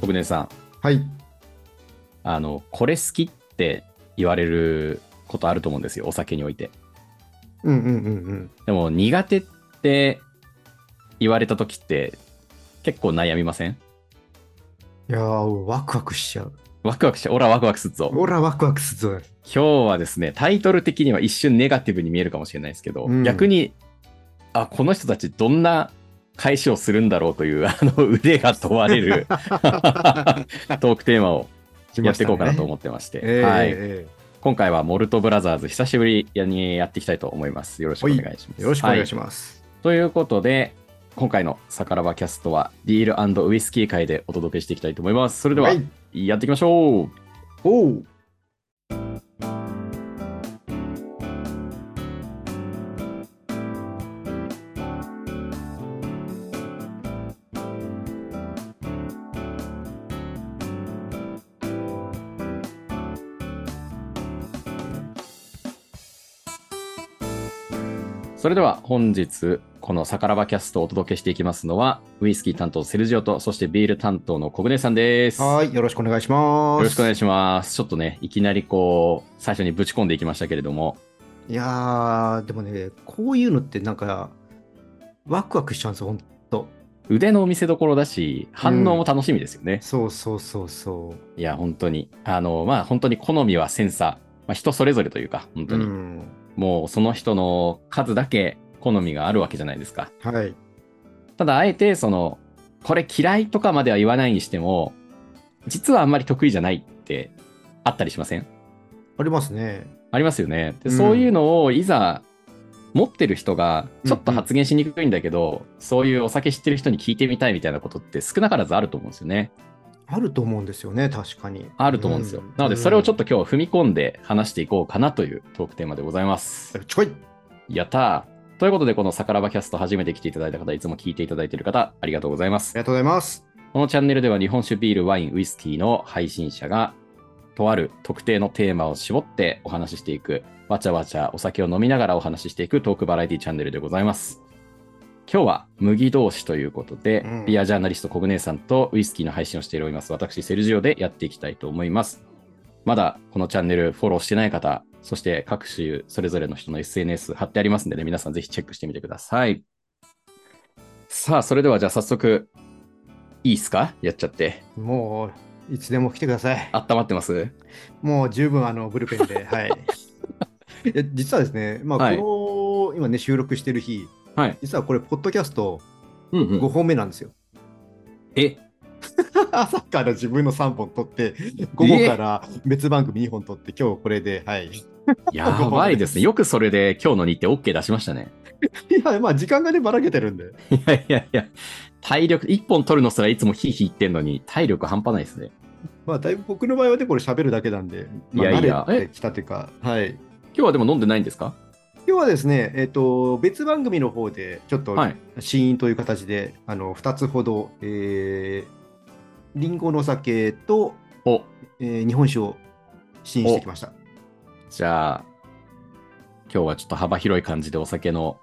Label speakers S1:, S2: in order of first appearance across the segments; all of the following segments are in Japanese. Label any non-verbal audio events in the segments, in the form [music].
S1: 小舟さん、
S2: はい。
S1: あの、これ好きって言われることあると思うんですよ、お酒において。
S2: うんうんうんうん。
S1: でも、苦手って言われた時って、結構悩みません
S2: いやー、ワクワクしちゃう。
S1: ワクワクして、オラワクワクすっぞ。
S2: 俺はワクワクするぞ。
S1: 今日はですね、タイトル的には一瞬ネガティブに見えるかもしれないですけど、
S2: うん
S1: 逆に、あ、この人たちどんな返しをするんだろうという、あ [laughs] の、腕が問われ
S2: [laughs]
S1: るトークテーマをやっていこうかなと思
S2: っ
S1: ってまして、
S2: えー、
S1: はい
S2: え
S1: 今回はモルトブラザーズ、久しぶりにやっていきたいと思います。よろしくお願いします。
S2: ーよろしくお願いし
S1: ま
S2: ます。
S1: す。ということで、今回のサカラバキャストは、ビールウイスキー会でお届けしていきたいと思います。それでは、
S2: い
S1: やっていきましょう。
S2: おう。
S1: それでは本日このサカラバキャストをお届けしていきますのはウイスキー担当セルジオとそしてビール担当の小暮さんです。
S2: は
S1: よ
S2: ーい。よろしくお願いします。
S1: ろしくお願いします。ちょっとねいきなりこう最初にぶち込んでいきましたけれども、
S2: いやー、でもね、こういうのってなんか、ワクワクしちゃうんですよ、ほんと。
S1: 腕の見せ所だし反応も楽しみですよね。
S2: そうそうそうそう。
S1: いや本当にあのまあ本当に好みはセンサー、まあ、人それぞれというか本当に、
S2: うん。
S1: もうその人の数だけ好みがあるわけじゃないですか。
S2: はい。
S1: ただあえてそのこれ嫌いとかまでは言わないにしても実はあんまり得意じゃないってあったりしません
S2: ありますね。
S1: ありますよねで、
S2: うん
S1: そういうのをいざ持ってる人がちょっと発言しにくいんだけど、そういうお酒知ってる人に聞いてみたいみたいなことって少なからずあると思うんですよね
S2: あると思うんですよね、確かに。
S1: あると思うんですよ、
S2: うん
S1: なのでそれをちょっ
S2: と。
S1: と今日踏み込んで話していこうかなというトークテーマでございます
S2: うんちょい
S1: やったーということでこの「さからばキャスト」初めて来ていただいた方いつも聞いていただいている方ありがとうございます
S2: ありがとうございます。
S1: このチャンネルでは日本酒、ビール、ワイン、ウイスキーの配信者が、とある特定のテーマを絞ってお話ししていく、わちゃわちゃお酒を飲みながらお話ししていくトークバラエティチャンネルでございます。今日は麦同士ということで、
S2: うん
S1: ビアジャーナリストコグネさんとウイスキーの配信をしております。私、セルジオでやっていきたいと思います。まだこのチャンネルフォローしてない方、そして各種それぞれの人の SNS 貼ってありますんでね、皆さんぜひチェックしてみてください。さあ、それではじゃあ早速、いいっすかやっちゃって。
S2: もう、いつでも来てください。
S1: 温まってます
S2: もう十分あのブルペン
S1: [laughs]
S2: で、はい。いや実はですね、ま
S1: は
S2: あ、
S1: い
S2: この、今ね、収録してる日、
S1: はい。
S2: 実はこれ、ポッドキャスト
S1: うんう
S2: 5本目なんですよ。 [laughs]
S1: え、
S2: 朝から自分の3本撮って、午後から別番組2本撮って、今日これで、はい。 [laughs] い
S1: やばい [laughs] ですね。よくそれで今日の日程 OK 出しましたね。
S2: や、まあ、時間がね、ばらけてるんで。
S1: いやいやいや、体力、一本取るのすらいつもヒーヒー言ってんのに、体力半端ないですね。
S2: まあ、だいぶ僕の場合はね、これ喋るだけなんで、まあ、
S1: いやいや
S2: 慣れてきたというか、はい。
S1: 今日はでも飲んでないんですか
S2: 今日はですね、えっ、と、別番組の方で、ちょっと、
S1: はい。
S2: 試飲という形で、あの、2つほど、えー、リンゴの酒と、
S1: お、
S2: えー日本酒を試飲してきました。
S1: じゃあ、今日はちょっと幅広い感じでお酒の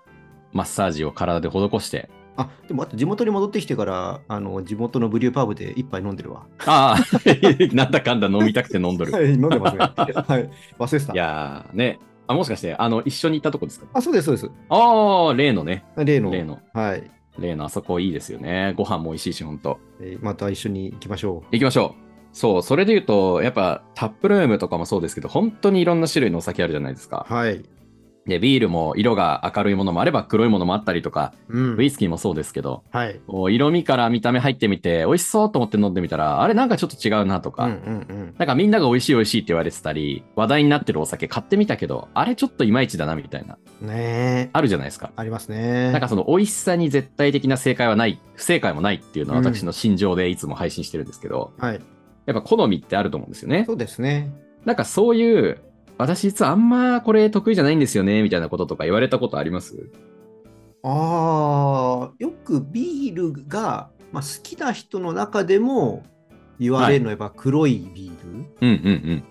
S1: マッサージを体で施 [laughs] して。
S2: あでもあと地元に戻ってきてからあの地元のブリューパブで一杯飲んでるわ。
S1: あ [laughs] あ、なんだかんだ飲みたくて飲んどる。
S2: はい、飲ん
S1: [laughs]
S2: でますね。はい、忘れてた
S1: い。やー、ね。あ、もしかして、あの、一緒に行ったとこですか
S2: あそうですそうです。
S1: ああ、例のね。
S2: 例の
S1: 例の。
S2: はい、
S1: 例のあそこいいですよね。ご飯も美味しいし、ほんと。
S2: えーまた一緒に行きましょ
S1: 行きましょう。そう、それで言うと、やっぱタップルームとかもそうですけど、本当にいろんな種類のお酒あるじゃないですか
S2: う。。はい。
S1: で、ビールも色が明るいものもあれば黒いものもあったりとか、
S2: うん
S1: ウイスキーもそうですけど、
S2: はい。
S1: こう色味から見た目入ってみて、美味しそうと思って飲んでみたら、あれなんかちょっと違うなと
S2: う
S1: か、
S2: んうん
S1: なんかみんなが美味しい美味しいって言われてたり、話題になってるお酒買ってみたけど、あれちょっといまいちだなみたいな、
S2: うん。ねえ。
S1: あるじゃないですか。
S2: ありますね。
S1: なんかその美味しさに絶対的な正解はない、不正解もないっていうのは私の心情でいつも配信してるんですけど、
S2: はい。
S1: やっぱ好みってあると思うんですよね
S2: そ。うですね。
S1: なんかそういう、私実はあんまこれ得意じゃないんですよね、みたいなこととか言われたことあります
S2: ああ、よくビールが、まあ、好きな人の中でも言われるのはやっぱ黒いビール。
S1: うんうんうん。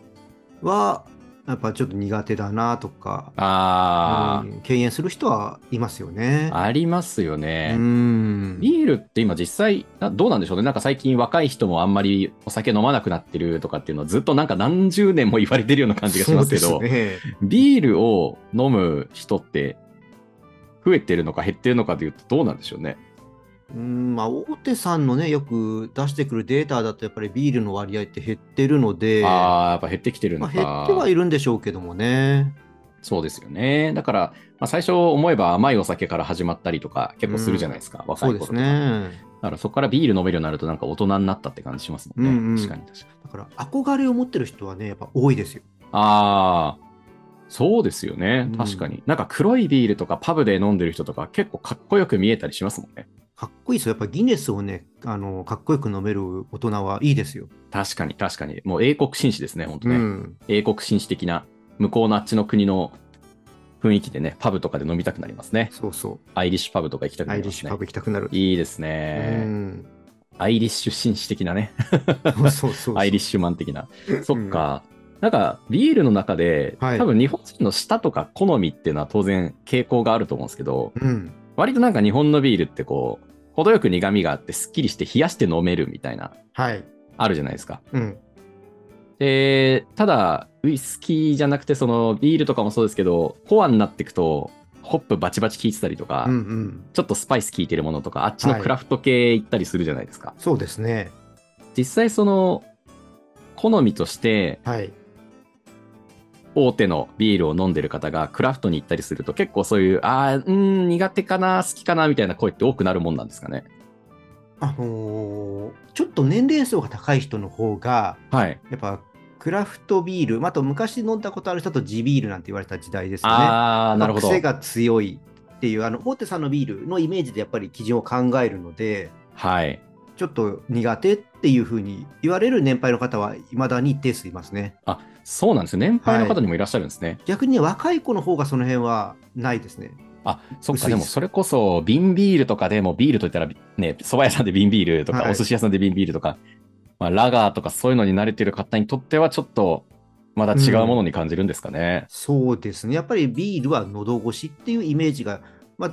S2: はやっぱちょっと苦手だなとか、
S1: あ
S2: うん敬遠する人はいますよね
S1: あ、。ありますよね。
S2: うん。
S1: ビールって今実際などうなんでしょうねなんか最近若い人もあんまりお酒飲まなくなってるとかっていうのはずっとなんか何十年も言われてるような感じがしますけ
S2: そ
S1: ど
S2: うですね
S1: ビールを飲む人って増えてるのか減ってるのかでいうとどうなんでしょうね
S2: うんまあ、大手さんのね、よく出してくるデータだと、やっぱりビールの割合って減ってるので、
S1: ああやっぱ減ってきてる
S2: ま
S1: の
S2: あ、
S1: か、
S2: 減ってはいるんでしょうけどもね。
S1: そうですよねだから、まあ、最初思えば甘いお酒から始まったりとか結構するじゃないですか、若
S2: そ
S1: いう頃
S2: で
S1: と
S2: す
S1: か
S2: ね。
S1: だからそこからビール飲めるようになるとなんか大人になったって感じしますもんね、
S2: うんうん
S1: 確かに確かに
S2: だから、憧れを持ってる人はね、やっぱ多いですよ。
S1: ああ、そうですよね
S2: う。ん
S1: 確かに。なんか黒いビールとかパブで飲んでる人とか結構かっこよく見えたりしますもんね。
S2: かっこいいですよ。やっぱギネスをね、あのかっこよく飲める大人はいいですよ。
S1: 確かに確かに。もう英国紳士ですね、本当ね。
S2: うん。
S1: 英国紳士的な、向こうのあっちの国の雰囲気でね、パブとかで飲みたくなりますね。
S2: そうそ
S1: アイリッシュパブとか行きた
S2: う。
S1: く
S2: ア
S1: な
S2: イ
S1: り
S2: リ
S1: ま
S2: ッ
S1: す
S2: シ
S1: ね
S2: ュパ。ブ行きたくなる。
S1: いいです
S2: う
S1: ね。
S2: ん。 [laughs]
S1: アイリッシュ紳士的なね、
S2: そうそうそう。
S1: アイリッシュマン的な。そっか。なんかビールの中で、
S2: はい
S1: 多分日本人の舌とか好みっていうのは当然傾向があると思うんですけど、
S2: うん。
S1: 割となんか日本のビールってこう程よく苦みがあってすっきりして冷やして飲めるみたいな
S2: はい。
S1: あるじゃないですか
S2: うん。
S1: でただウイスキーじゃなくてそのビールとかもそうですけどコアになっていくとホップバチバチ効いてたりとか、
S2: うんうん。
S1: ちょっとスパイス効いてるものとかあっちの
S2: はい
S1: クラフト系行ったりするじゃないですか、
S2: そうですね。
S1: 実際その好みとして
S2: はい。
S1: 大手のビールを飲んでる方がクラフトに行ったりすると結構そういうあーうーん苦手かな好きかなみたいな声って多くなるもんなんですかね
S2: あのーちょっと年齢層が高い人の方が、
S1: はい
S2: やっぱクラフトビール、まああと昔飲んだことある人だと地ビールなんて言われた時代ですよね。
S1: ああなるほど
S2: まあ癖が強いっていう、あの大手さんのビールのイメージでやっぱり基準を考えるので、
S1: はい
S2: ちょっと苦手っていうふうに言われる年配の方はいまだに一定数いますね。
S1: そうなんですよ。年配の方にもいらっしゃるんですね。
S2: 逆にね、若い子の方がその辺はないですね。
S1: あ、そっ
S2: 薄
S1: か、
S2: い
S1: で
S2: です
S1: もそれこそ、瓶ビールとかでも、ビールといったら、ね、蕎麦屋さんで瓶ビールとか、
S2: はい
S1: お寿司屋さんで瓶ビールとか、まあ、ラガーとかそういうのに慣れてる方にとっては、ちょっと、まだ違うものに感じるんですかね。
S2: そうですね。やっぱりビールは喉越しっていうイメージが、まあ、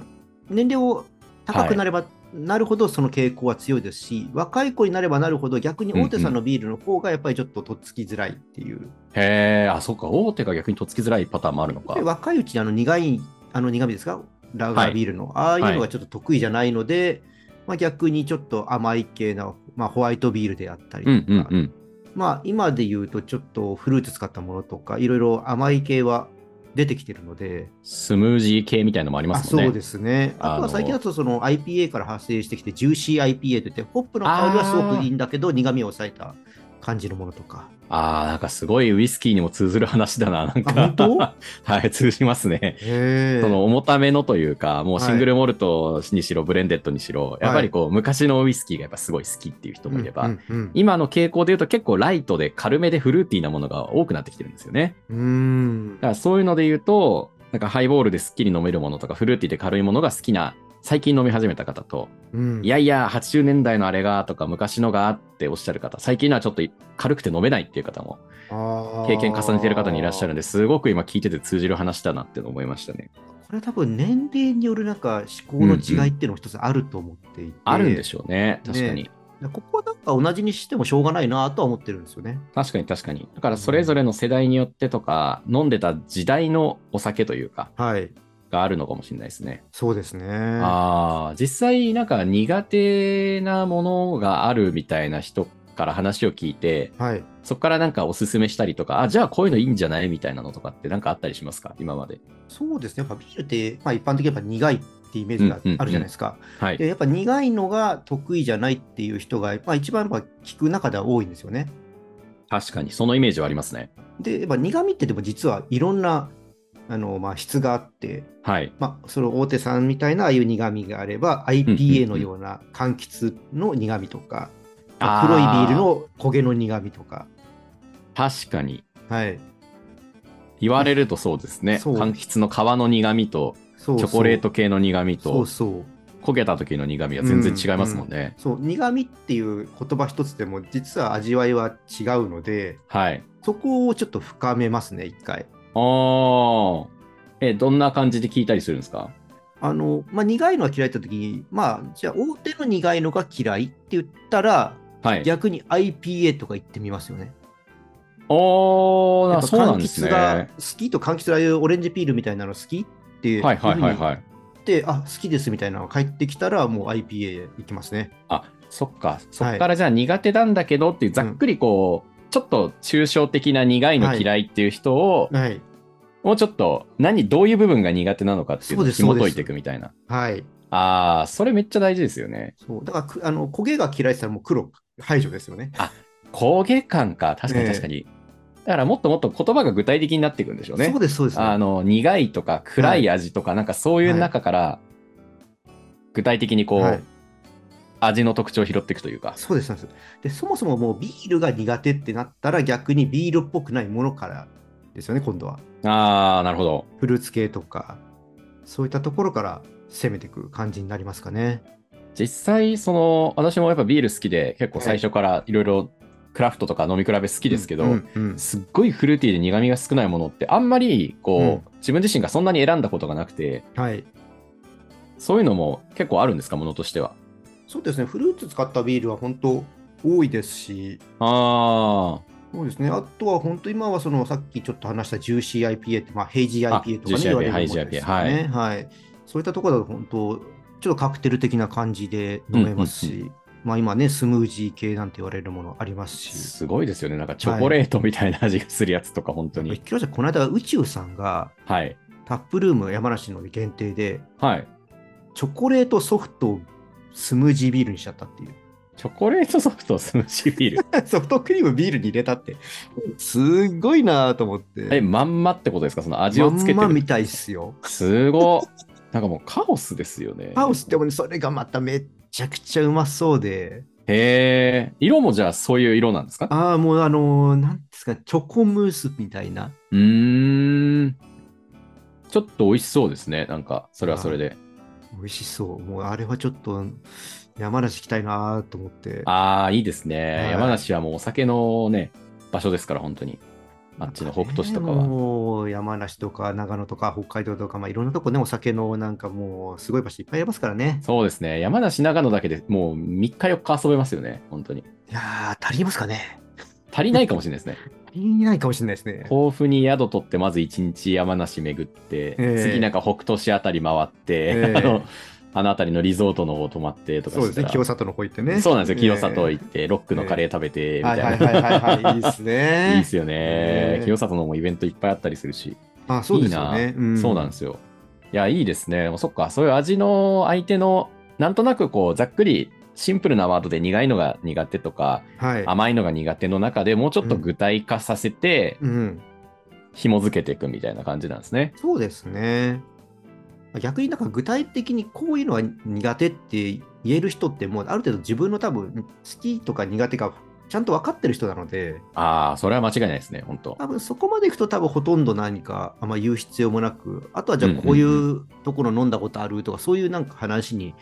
S2: 年齢を高くなればなるほどその傾向は強いですし、若い子になればなるほど逆に大手さんのビールの方がやっぱりちょっととっつきづらいっていう。
S1: へえ、あ、そっか、大手が逆にとっつきづらいパターンもあるのか
S2: で。若いうちにあの苦い、あの苦味ですかラガービールの、ああいうのがちょっと得意じゃないので、まあ、逆にちょっと甘い系な、まあ、ホワイトビールであったり
S1: うん
S2: と
S1: うん
S2: か、
S1: うん。
S2: まあ今で言うとちょっとフルーツ使ったものとかいろいろ甘い系は出てきてるので、
S1: スムージー系みたいのもありますもんね。
S2: あそうですね。
S1: あ
S2: あと
S1: の
S2: は最近だとその IPA から発生してきて、ジューシー IPA といって、ホップの香りはすごくいいんだけど、苦味を抑えた感じのものとか。
S1: ああ、なんかすごいウイスキーにも通ずる話だな、なんか。
S2: あ本当
S1: [laughs] はい、通じますね。
S2: へ
S1: その重ためのというか、もう
S2: はい
S1: シングルモルトにしろ、ブレンデッドにしろ、やっぱりこう、昔のウイスキーがやっぱすごい好きっていう人もいれば、
S2: うんうん
S1: 今の傾向でいうと結構ライトで軽めでフルーティーなものが多くなってきてるんですよね。
S2: うんうん
S1: だからそういうので言うと、なんかハイボールですっきり飲めるものとか、フルーティーで軽いものが好きな、最近飲み始めた方と、
S2: うん
S1: いやいや、80年代のあれがとか、昔のがっておっしゃる方、最近のはちょっと軽くて飲めないっていう方も、経
S2: 経
S1: 験重ねてる方にいらっしゃるん
S2: る。
S1: ですごく今聞いてて通じる話だなって思いましたね。
S2: これは多分年齢によるなんか思考の違いっていうのも一つあると思っていて、
S1: あるんでしょうね、確かに。
S2: ここはなんか同じにしてもしょうがないなとは思ってるんですよね。
S1: 確かに確かに。だからそれぞれの世代によってとか、飲んでた時代のお酒というか、
S2: はい、
S1: があるのかもしれないですね。
S2: そうですね。
S1: ああ、実際なんか苦手なものがあるみたいな人から話を聞いて、
S2: はい、
S1: そこからなんかおすすめしたりとか、あ、じゃあこういうのいいんじゃないみたいなのとかってなんかあったりしますか今まで。
S2: そうですね、やっぱビールって、まあ、一般的にやっぱ苦いってイメージがあるじゃないですか。
S1: はい。
S2: でやっぱ苦いのが得意じゃないっていう人が、まあ、一番やっぱ聞く中では多いんですよね。
S1: 確かに、そのイメージはありますね。
S2: でやっぱ苦味ってでも実はいろんなあの、まあ、質があって、
S1: はい。
S2: まあ、その大手さんみたいなああいう苦味があれば IPA のような柑橘の苦味とか、まあ黒いビー
S1: あ
S2: ル
S1: ー。
S2: の焦げの苦味とか。
S1: 確かに。
S2: はい
S1: 言われるとそうですね。
S2: そう
S1: 柑橘の皮の苦味と、
S2: そう
S1: チ
S2: そう
S1: ョコレート系の苦味と、
S2: そうそう
S1: 焦げた時の苦味は全然違いますもんね。
S2: そう苦味っていう言葉一つでも実は味わいは違うので
S1: はい。
S2: そこをちょっと深めますね、一回。
S1: ああ。え、どんな感じで聞いたりするんですか
S2: あの、まあ、苦いのが嫌いって時に、まあ、じゃあ、大手の苦いのが嫌いって言ったら、
S1: はい。
S2: 逆に IPA とか言ってみますよね。
S1: お
S2: や
S1: ー、
S2: っぱ
S1: そうなん
S2: 柑
S1: です
S2: 橘
S1: ね。
S2: が
S1: は
S2: 好きと柑橘ああいうオレンジピールみたいなの好きってい
S1: いうはいはい
S2: ふうに
S1: はい。
S2: 言って、あ好きですみたいなのが帰ってきたら、もう IPA 行きますね。
S1: あ、そっか。そっからじゃあ苦手なんだけどっていう、ざっくりこう、ちょっと抽象的な苦いの嫌いっていう人を、
S2: はい。
S1: もうちょっと何、どういう部分が苦手なのかっていうの
S2: そう
S1: を
S2: です
S1: 紐解いていくみたいな。
S2: はい。
S1: ああ、それめっちゃ大事ですよね。
S2: そうだからくあの、焦げが嫌いって言ったら、もう黒排除ですよね。
S1: 焦げ感か。確かに確かに。だからもっともっと言葉が具体的になっていくんでしょうね。
S2: そうです、そうです、
S1: あの苦いとか暗い味とか、なんかそういう中から具体的にこう、
S2: はい
S1: 味の特徴を拾っていくというか
S2: そうです、そうです。で、そもそももうビールが苦手ってなったら、逆にビールっぽくないものからですよね、今度は。
S1: ああなるほど
S2: フルーツ系とか、そういったところから攻めていく感じになりますかね。
S1: 実際その私もやっぱビール好きで結構最初からいろいろクラフトとか飲み比べ好きですけど、
S2: うんうんうん
S1: すっごいフルーティーで苦みが少ないものってあんまりこう、自分自身がそんなに選んだことがなくて
S2: はい。
S1: そういうのも結構あるんですかものとしては
S2: そうですね、フルーツ使ったビールは本当多いですし、
S1: あ
S2: そうですね、あとは本当、今はそのさっきちょっと話したジューシー IPA って、まあ、ヘイジー
S1: あ
S2: IPA とかね、
S1: ジューシー IPA
S2: 言われるものですよ
S1: ヘイジー IPA は
S2: ね。はい。そういったところだと、本当、ちょっとカクテル的な感じで飲めますし、
S1: うん
S2: まあ今ね、スムージー系なんて言われるものあります
S1: あ
S2: し、
S1: すごいですよねなんかチョコレートみたいな味がするやつとか本当
S2: 一
S1: に
S2: キロじゃこの間、宇宙さんが
S1: はい
S2: タップルーム山梨の限定で、
S1: はい
S2: チョコレートソフトをスムージービールにしちゃったっていう。
S1: チョコレートソフトをスムージー
S2: [laughs]
S1: ビール。
S2: ソフトクリームビールに入れたって、すっごいなと思って。
S1: え、まんまってことですかその味をつけてる。
S2: まんまみたいっすよ。
S1: すごい。なんかもうカオスですよね。
S2: パウスってもねそれがまためっちゃくちゃうまそうで。
S1: へえ。色もじゃあそういう色なんですか
S2: ああ、もうあのーなんですか、チョコムースみたいな。
S1: うーん。ちょっと美味しそうですね。なんか、それはそれで。
S2: 美味しそう。もうあれはちょっと山梨行きたいなと思って。
S1: ああー、いいですね、
S2: はい
S1: 山梨はもうお酒のね、場所ですから、本当に。あっちの北杜市とか
S2: なんね
S1: は。
S2: もう山梨とか長野とか北海道とか、まあ、いろんなとこね、お酒のなんかもうすごい場所いっぱいありますからね。
S1: そうですね。山梨、長野だけでもう3日4日遊べますよね。本当に。
S2: いやー、足りますかね。
S1: 足りないかもしれないです
S2: [laughs]
S1: ね。
S2: 足りないかもしれないですね。
S1: 甲府に宿取ってまず一日山梨巡って、
S2: ええ
S1: 次なんか北杜市あたり回って、
S2: え
S1: [laughs]
S2: え
S1: あのあの辺りのリゾートの方泊まってとか
S2: そうで
S1: し
S2: す
S1: た
S2: ね、
S1: ら
S2: 清里の方行ってね。
S1: そうなんですよ清里
S2: 行っ
S1: 行って、ロックのカレー食べて
S2: て
S1: み
S2: は
S1: たい
S2: いはい
S1: な、
S2: はいはいはい、いいですね。
S1: [laughs] いいですよね、
S2: ええ
S1: 清里のもイベントいっぱいあったりするし、
S2: あ、そうですよ
S1: い
S2: ね
S1: い。なそうなんですよいやいいですねそっかそういう味の相手のなんとなくこうざっくりシンプルなワードで苦いのが苦手とか
S2: はい。
S1: 甘いのが苦手の中でもうちょっと具体化させて
S2: うん、
S1: 紐付けていくみたいな感じなんですね。
S2: そうですね。逆になんか具体的にこういうのは苦手って言える人ってもうある程度自分の多分好きとか苦手かちゃんと分かってる人なので
S1: ああそれは間違いないですね本当。
S2: 多分そこまでいくと多分ほとんど何かあんま言う必要もなくあとはじゃあこういうところ飲んだことあるとかそういうなんか話に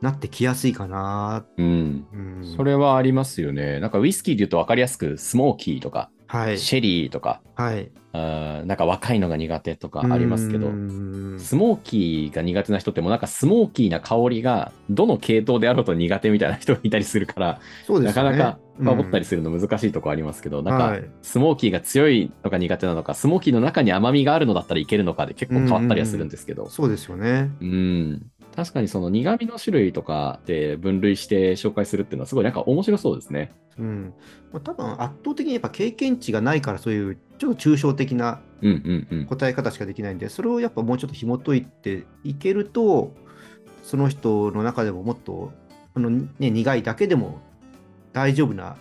S2: なってきやすいかな、
S1: うん、
S2: うん、
S1: それはありますよね。なんかウイスキーで言うと分かりやすく、スモーキーとか、
S2: はい
S1: シェリーとか、
S2: はい
S1: あーなんか若いのが苦手とかありますけ
S2: う
S1: ど、
S2: ん
S1: スモーキーが苦手な人ってもうなんかスモーキーな香りがどの系統であろうと苦手みたいな人がいたりするから、
S2: そうで
S1: な
S2: すね
S1: かなか守ったり
S2: す
S1: するの難しいとこありますけど、
S2: うん
S1: な
S2: は
S1: んか
S2: い
S1: スモーキーが強いのか苦手なのか、スモーキーの中に甘みがあるのだったらいけるのかで結構変わったりはするんですけど、
S2: そうですよね
S1: うん、確かにその苦味の種類とかで分類して紹介するっていうのはすごいなんか面白そうですね。
S2: うん、まあ多分圧倒的にやっぱ経験値がないからそういうちょっと抽象的な
S1: うんうんうん。
S2: 答え方しかできないんでそれをやっぱもうちょっと紐解いていけるとその人の中でももっとあの、ね、苦いだけでも大丈夫な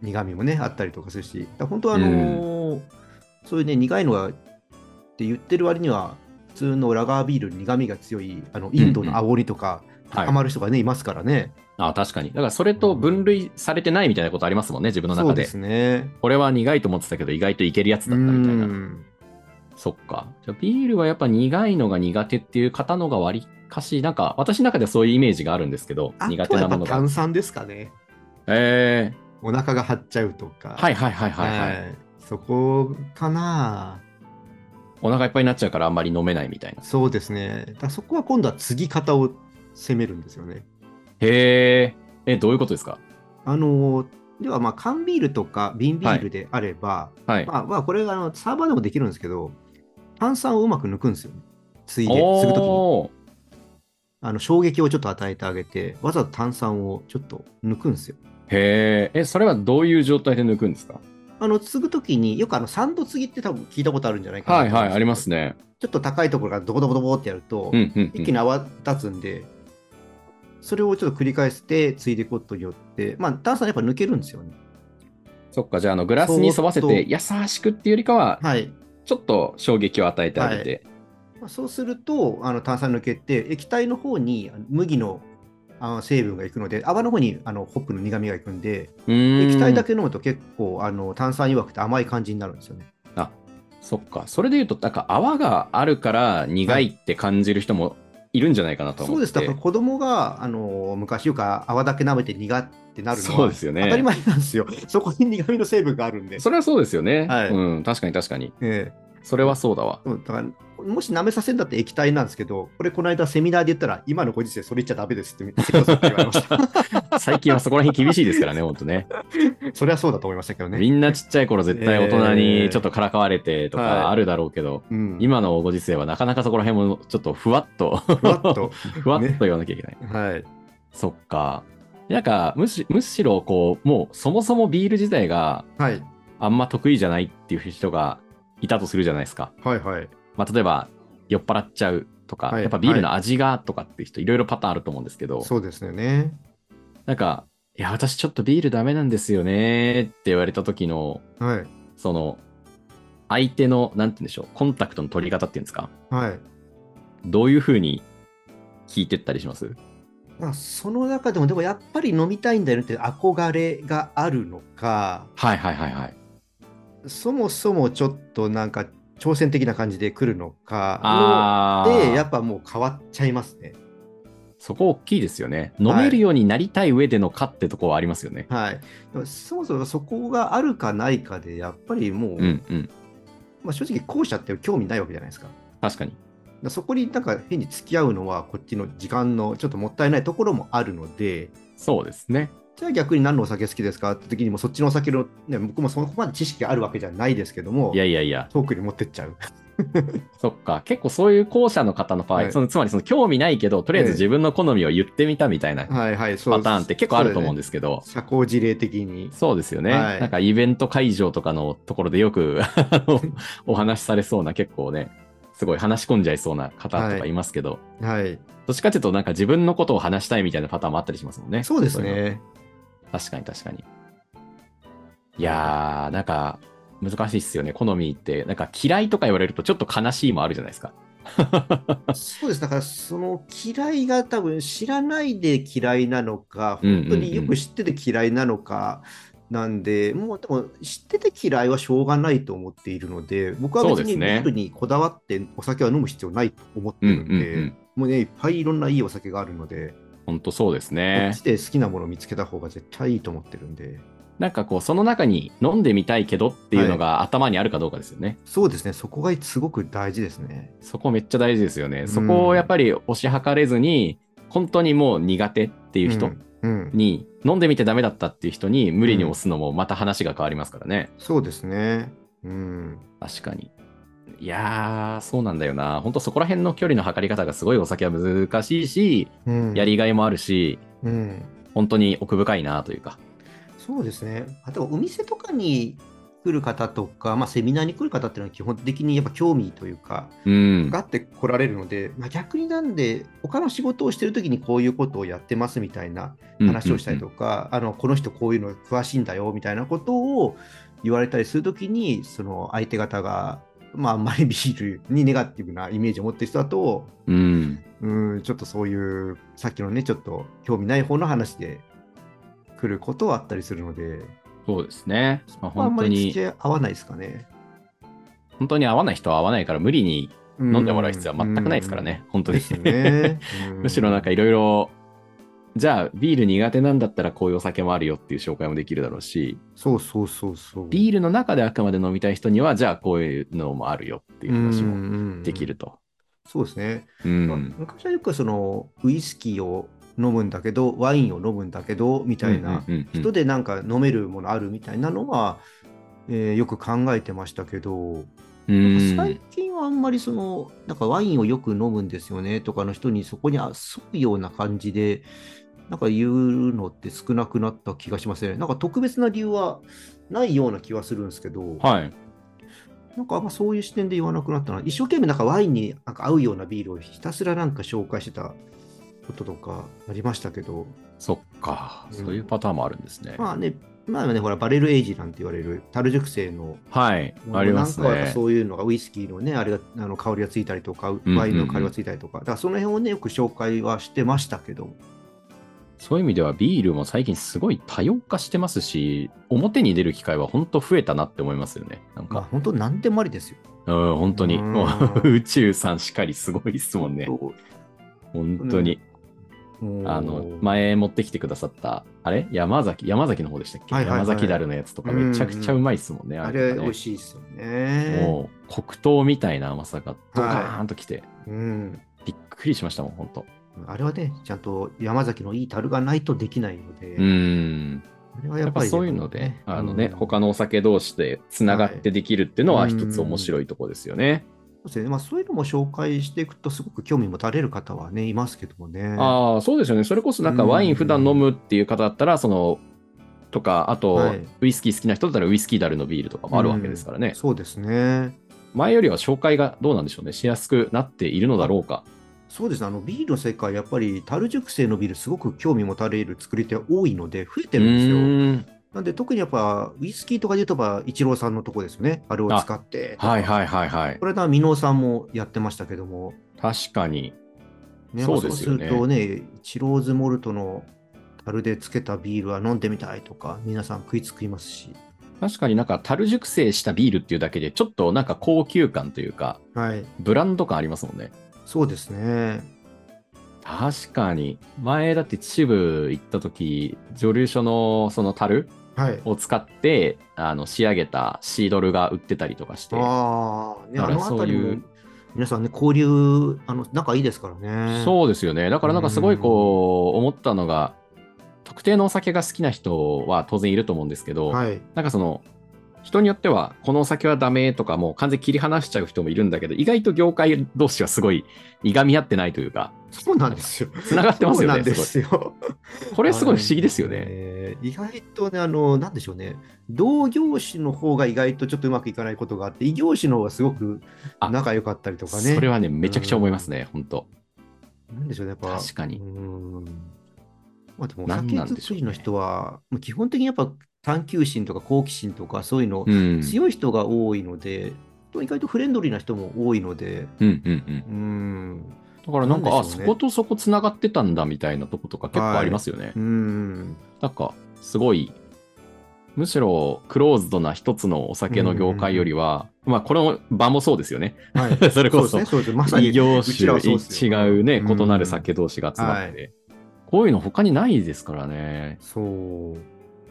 S2: 苦味もねあったりとかするしだから本当はあのーそういうね苦いのがって言ってる割には普通のラガービールに苦味が強いあのインドの煽りとか、
S1: はい
S2: ハマる人がねいますからね。
S1: あ確かに。だからそれと分類されてないみたいなことありますもんね、自分の
S2: そう
S1: 中
S2: で
S1: で。
S2: すね。
S1: これは苦いと思ってたけど、意外といけるやつだったみたいうな。
S2: ん
S1: そっか。じゃあビールはやっぱ苦いのが苦手っていう方のが割かし、なんか私の中ではそういうイメージがあるんですけど、
S2: あ
S1: 苦
S2: と
S1: 手
S2: はや
S1: な
S2: っ
S1: も
S2: ぱ
S1: のが
S2: 炭。酸ですかね。
S1: え
S2: お腹が張っちゃうと
S1: ー、
S2: か。
S1: はいはいはいはい、はい
S2: はいそこかな
S1: お腹いっぱいになっちゃうからあんまり飲めないみたいな。
S2: そうですね。だからそこは今度は継ぎ方を攻めるんですよね。
S1: へえ。え、どういうことですか
S2: あのではまあ缶ビールとか瓶ビールであれば、
S1: はい。
S2: まあ、まあこれがあのサーバーでもできるんですけど、炭酸をうまく抜くんですよ、ね。ついで、継ぐときに。
S1: おー
S2: あの衝撃をちょっと与えてあげて、わざと炭酸をちょっと抜くんですよ。
S1: へえ。え、それはどういう状態で抜くんですか
S2: あの継ぐときによくあの3度継ぎって多分聞いたことあるんじゃないかな
S1: はいはい、あります
S2: ね。
S1: ね。
S2: ちょっと高いところからドボドボドボってやると、
S1: うんうん、うん。
S2: 一気に泡立つんで、それをちょっと繰り返して継いでいくことによって、まあ、炭酸やっぱ抜けるんですよね。
S1: そっか、じゃあ、あの、グラスに沿わせて優しくっていうよりかは、
S2: はい。
S1: ちょっと衝撃を与えてあげて。
S2: まあそうすると、あの炭酸抜けて、液体の方にあの麦のあの成分がいくので、泡の方にあのホップの苦みがいくんで、
S1: うーん
S2: 液体だけ飲むと結構あの炭酸弱くて甘い感じになるんですよね。
S1: そっか、それで言うと、なんか泡があるから苦いって感じる人もいるんじゃないかなと
S2: そ
S1: 思
S2: う
S1: って。
S2: です、だから子供があの昔よく泡だけ舐めて苦ってなるの
S1: そう
S2: は
S1: ですよね。
S2: 当たり前なんで
S1: [laughs]
S2: すよ。そこに苦みの成分があるんで。
S1: それはそうですよね。
S2: はい
S1: うん、確かに確かに。
S2: ええ
S1: それはそうだわ。
S2: うんだからもし舐めさせんだって液体なんですけど、これこの間セミナーで言ったら、今のご時世それ言っちゃダメですって関藤さんから言われま
S1: [laughs]
S2: した。
S1: 最近はそこら辺厳しいですからね、本当ね。
S2: それはそうだと思いましたけどね。
S1: みんなちっちゃい頃絶対大人にちょっとからかわれてと
S2: えーはい
S1: かあるだろうけど、
S2: うん、
S1: 今のご時世はなかなかそこら辺もちょっとふわっと、
S2: [laughs] ふわっと。
S1: ふわっと言わなきゃいけない。
S2: はい。
S1: そっか。なんかむしむしろこう、もうそもそもビール自体が
S2: はい。
S1: あんま得意じゃないっていう人がいたとするじゃないですか。
S2: はいはい。
S1: まあ、例えば酔っ払っちゃうとか、
S2: はい
S1: やっぱビールの味がとかっていう人いろいろパターンあると思うんですけど、
S2: そうですよね。
S1: なんか、いや、私ちょっとビールダメなんですよねって言われた時の、
S2: はい。
S1: その、相手の、なんて言うんでしょう、コンタクトの取り方っていうんですか、
S2: はい。
S1: どういうふうに聞いてったりします
S2: まあ、その中でも、でもやっぱり飲みたいんだよねって憧れがあるのか、
S1: はいはいはいはい。
S2: そもそもちょっとなんか挑戦的な感じで来るのか
S1: あ
S2: ので、や
S1: あ
S2: っ、ぱもう変わっちゃいますね。
S1: そこ大きいですよね。飲めるようになりたい上でのかってとこはありますよね。
S2: はい。でもそもそもそこがあるかないかで、やっぱりもう、
S1: うんうん。
S2: まあ、正直後者って興味ないわけじゃないですか。だか
S1: 確かに。
S2: らそこになんか変に付き合うのは、こっちの時間のちょっともったいないところもあるので、
S1: そうですね。
S2: じゃあ逆に何のお酒好きですかって時にもそっちのお酒の、ね、僕もそこまで知識あるわけじゃないですけども
S1: いやいやいや、
S2: トークに持ってっ
S1: [laughs]
S2: ちゃう。
S1: そっか。結構そういう後者の方の場合、
S2: はい
S1: そのつまりその興味ないけど、とりあえず自分の好みを言ってみたみたいな
S2: はいはい、そ
S1: パ
S2: う
S1: ターンって結構あると思うん
S2: で
S1: ですけど、
S2: す。社交辞令的に。
S1: そうですよね、
S2: はい
S1: なんかイベント会場とかのところでよく [laughs] あのお話しされそうな結構ねすごい話し込んじゃいそうな方とかいますけど、
S2: はい。
S1: どっちかっていうとなんか自分のことを話したいみたいなパターンもあったりしますもんね
S2: そうです
S1: いの
S2: ね。
S1: 確かに確かにいやーなんか難しいっすよね好みってなんか嫌いとか言われるとちょっと悲しいもあるじゃないですか
S2: そうです。だから、その嫌いが多分知らないで嫌いなのか、
S1: うんうんうん
S2: 本当によく知ってて嫌いなのか、なんで、もうでも知ってて嫌いはしょうがないと思っているので、僕は
S1: そう
S2: 別
S1: です
S2: にビ
S1: ね
S2: ールにこだわってお酒は飲む必要ないと思っ
S1: う
S2: て
S1: んうん
S2: るん
S1: う
S2: で、
S1: ん
S2: もうね、いっぱいいろんないいお酒があるので、
S1: 本当そうです
S2: こ
S1: ね
S2: っちで好きなものを見つけた方が絶対いいと思ってるんで、
S1: なんかこうその中に飲んでみたいけどっていうのが頭にあるかどうかですよね、
S2: そうですね、そこがすごく大事ですね。
S1: そこめっちゃ大事ですよね。
S2: ん
S1: そこをやっぱり推し量れずに、本当にもう苦手っていう人
S2: うん、うん
S1: に、飲んでみてダメだったっていう人に無理に押すのもまた話が変わりますからね。
S2: そうですね。うん、
S1: 確かに。いやー、そうなんだよな。本当そこら辺の距離の測り方がすごいお酒は難しいし、
S2: うん、
S1: やりがいもあるし、
S2: うん、
S1: 本当に奥深いなというか。
S2: そうですね。あとはお店とかに来る方とか、まあ、セミナーに来る方っていうのは基本的にやっぱ興味というか、
S1: うん。
S2: があって来られるので、まあ、逆になんで、他の仕事をしてる時にこういうことをやってますみたいな話をしたり
S1: か。
S2: とか、あのこの人こういうの詳しいんだよみたいなことを言われたりするときにその相手方が、まあ、あんまりビールにネガティブなイメージを持ってる人だと
S1: うん。
S2: うんちょっとそういうさっきのねちょっと興味ない方の話で来ることはあったりするので、
S1: そうですね。まあ、
S2: まあ、あん
S1: 本
S2: ま
S1: 当
S2: り付
S1: に、
S2: き合わないですかね。
S1: 本当に合わない人は合わないから無理に
S2: 飲
S1: 飲んでもらう必要は全くないですからね。本当 [laughs]
S2: うん。で
S1: に。。
S2: すね
S1: むしろなんか
S2: う
S1: いろいろじゃあ、ビール苦手なんだったらこういうお酒もあるよっていう紹介もできるだろうし、
S2: そうそうそうそう。
S1: ビールの中であくまで飲みたい人には、じゃあこういうのもあるよっていう話も
S2: も
S1: できる。と。
S2: そうですね。
S1: うん
S2: まあ昔はよくそのウイスキーを飲むんだけど、ワインを飲むんだけどみたいな、
S1: うんうんうんうん
S2: 人でなんか飲めるものあるみたいなのは、えーよく考えてましたけど、
S1: うん
S2: 最近はあんまりその、なんかワインをよく飲むんですよねとかの人にそこにあ沿うような感じで、なんか言うのって少なくなった気がしますね。なんか特別な理由はないような気はするんですけど、
S1: はい。
S2: なんかあんまそういう視点で言わなくなったな。一生懸命なんかワインになんか合うようなビールをひたすらなんか紹介してたこととかありましたけど、
S1: そっか。
S2: うん
S1: そういうパターンもあるんですね。
S2: まあね、まあね、ほら、バレルエイジなんて言われる、樽熟成の
S1: はい。
S2: もの
S1: あります
S2: なんかは
S1: ね。
S2: そういうのが、ウイスキーのね、あれが、あの香りがついたりとか、
S1: うん
S2: ワインの香りがついたりとか、だからその辺をね、よく紹介はしてましたけど、
S1: そういう意味ではビールも最近すごい多様化してますし、表に出る機会は本当増えたなって思いますよね。なん
S2: まあ
S1: か、
S2: 本当何でもありですよ。
S1: うん、本当に。
S2: うん
S1: もう [laughs] 宇宙さんしかりすごいですもんね。本当に。
S2: もう
S1: あの、前持ってきてくださった、あれ山崎、山崎の方でしたっけ、
S2: はいはいはい
S1: 山崎だるのやつとかめちゃくちゃうまいですもんね。
S2: あ
S1: れ
S2: れ
S1: とか
S2: 美
S1: ね
S2: 味しいですよね。
S1: もう黒糖みたいな甘さがドカーンときて、
S2: うん。
S1: びっくりしましたもん、本当。
S2: あれはね、ちゃんと山崎のいい樽がないとできないので、
S1: うん。
S2: あれは
S1: やっぱ
S2: り
S1: そういうので、あのね、
S2: うん
S1: 他のお酒同士でつながってできるっていうのは一つ面白いとこですよね。
S2: そうですねまあ、そういうのも紹介していくと、すごく興味持たれる方はね、いますけどもね。
S1: ああ、そうですよね。それこそなんか
S2: うん
S1: ワイン普段飲むっていう方だったら、その、とか、あと、
S2: はい
S1: ウイスキー好きな人だったらウイスキーダルのビールとかもあるわけですからね。
S2: そうですね。
S1: 前よりは紹介がどうなんでしょうね。しやすくなっているのだろうか。
S2: そうですねあのビールの世界、やっぱり樽熟成のビール、すごく興味持たれる作り手は多いので、増えてるんです
S1: う
S2: よ。
S1: ーん
S2: なんで、特にやっぱ、ウイスキーとかで言うとば、イチローさんのとこですよね、あれを使って。
S1: はいはいはいはい
S2: こ。れだ、箕面さんもやってましたけども、
S1: 確かに。
S2: ね
S1: そうですよね
S2: まあそうするとね、イチローズモルトの樽でつけたビールは飲んでみたいとか、皆さん食いつくいますし。
S1: 確かになんか樽熟成したビールっていうだけで、ちょっとなんか高級感というか、
S2: はい、
S1: ブランド感ありますもんね。
S2: そうですね。
S1: 確かに。前だって秩父行った時、蒸留所のその樽
S2: はい。
S1: を使って、あの、仕上げたシードルが売ってたりとかして。
S2: ああ、ね、
S1: だ
S2: あ
S1: から
S2: の辺り
S1: そうい
S2: も
S1: う、
S2: 皆さんね、交流、あの仲いいですからね。
S1: そうですよね。だからなんかすごいこう、思ったのが、特定のお酒が好きな人は当然いると思うんですけど、
S2: はい。
S1: なんかその、人によっては、このお酒はダメとか、もう完全に切り離しちゃう人もいるんだけど、意外と業界同士はすごい、いがみ合ってないというか、
S2: そうなんですよ。
S1: つながってますよ
S2: そうな
S1: ね、
S2: んですすよ。
S1: ごい。これすごい不思議ですよね。
S2: ね。意外とね、あの、なんでしょうね。同業種の方が意外とちょっとうまくいかないことがあって、異業種の方がすごく
S1: あ
S2: 仲良かったりとかね。
S1: それはね、めちゃくちゃ思いますね、本当
S2: なんでしょうね、やっぱ。
S1: 確かに
S2: うーん。まあでも、お
S1: 何なん
S2: 酒
S1: でしょう
S2: 作
S1: ね
S2: りの人は、まあ基本的にやっぱ探求心とか好奇心とか、そういうの
S1: うん。
S2: 強い人が多いので、意外とフレンドリーな人も多いので、
S1: うんうんうん
S2: う。ーん、
S1: だからなんか、
S2: なん
S1: あ、
S2: でしょう
S1: そ
S2: ね
S1: ことそこつながってたんだみたいなとことか結構ありますよね。
S2: うーん、
S1: なんか、すごい、むしろクローズドな一つのお酒の業界よりは、まあ、この場もそうですよね。
S2: はい。
S1: [laughs] それこ
S2: そ
S1: そ
S2: うですね、、そうですねまさに
S1: 異業
S2: うちらはそう
S1: 種、
S2: ですよ
S1: 違うね、
S2: うん
S1: 異なる酒同士が集まって、こういうの他にないですからね。
S2: そう、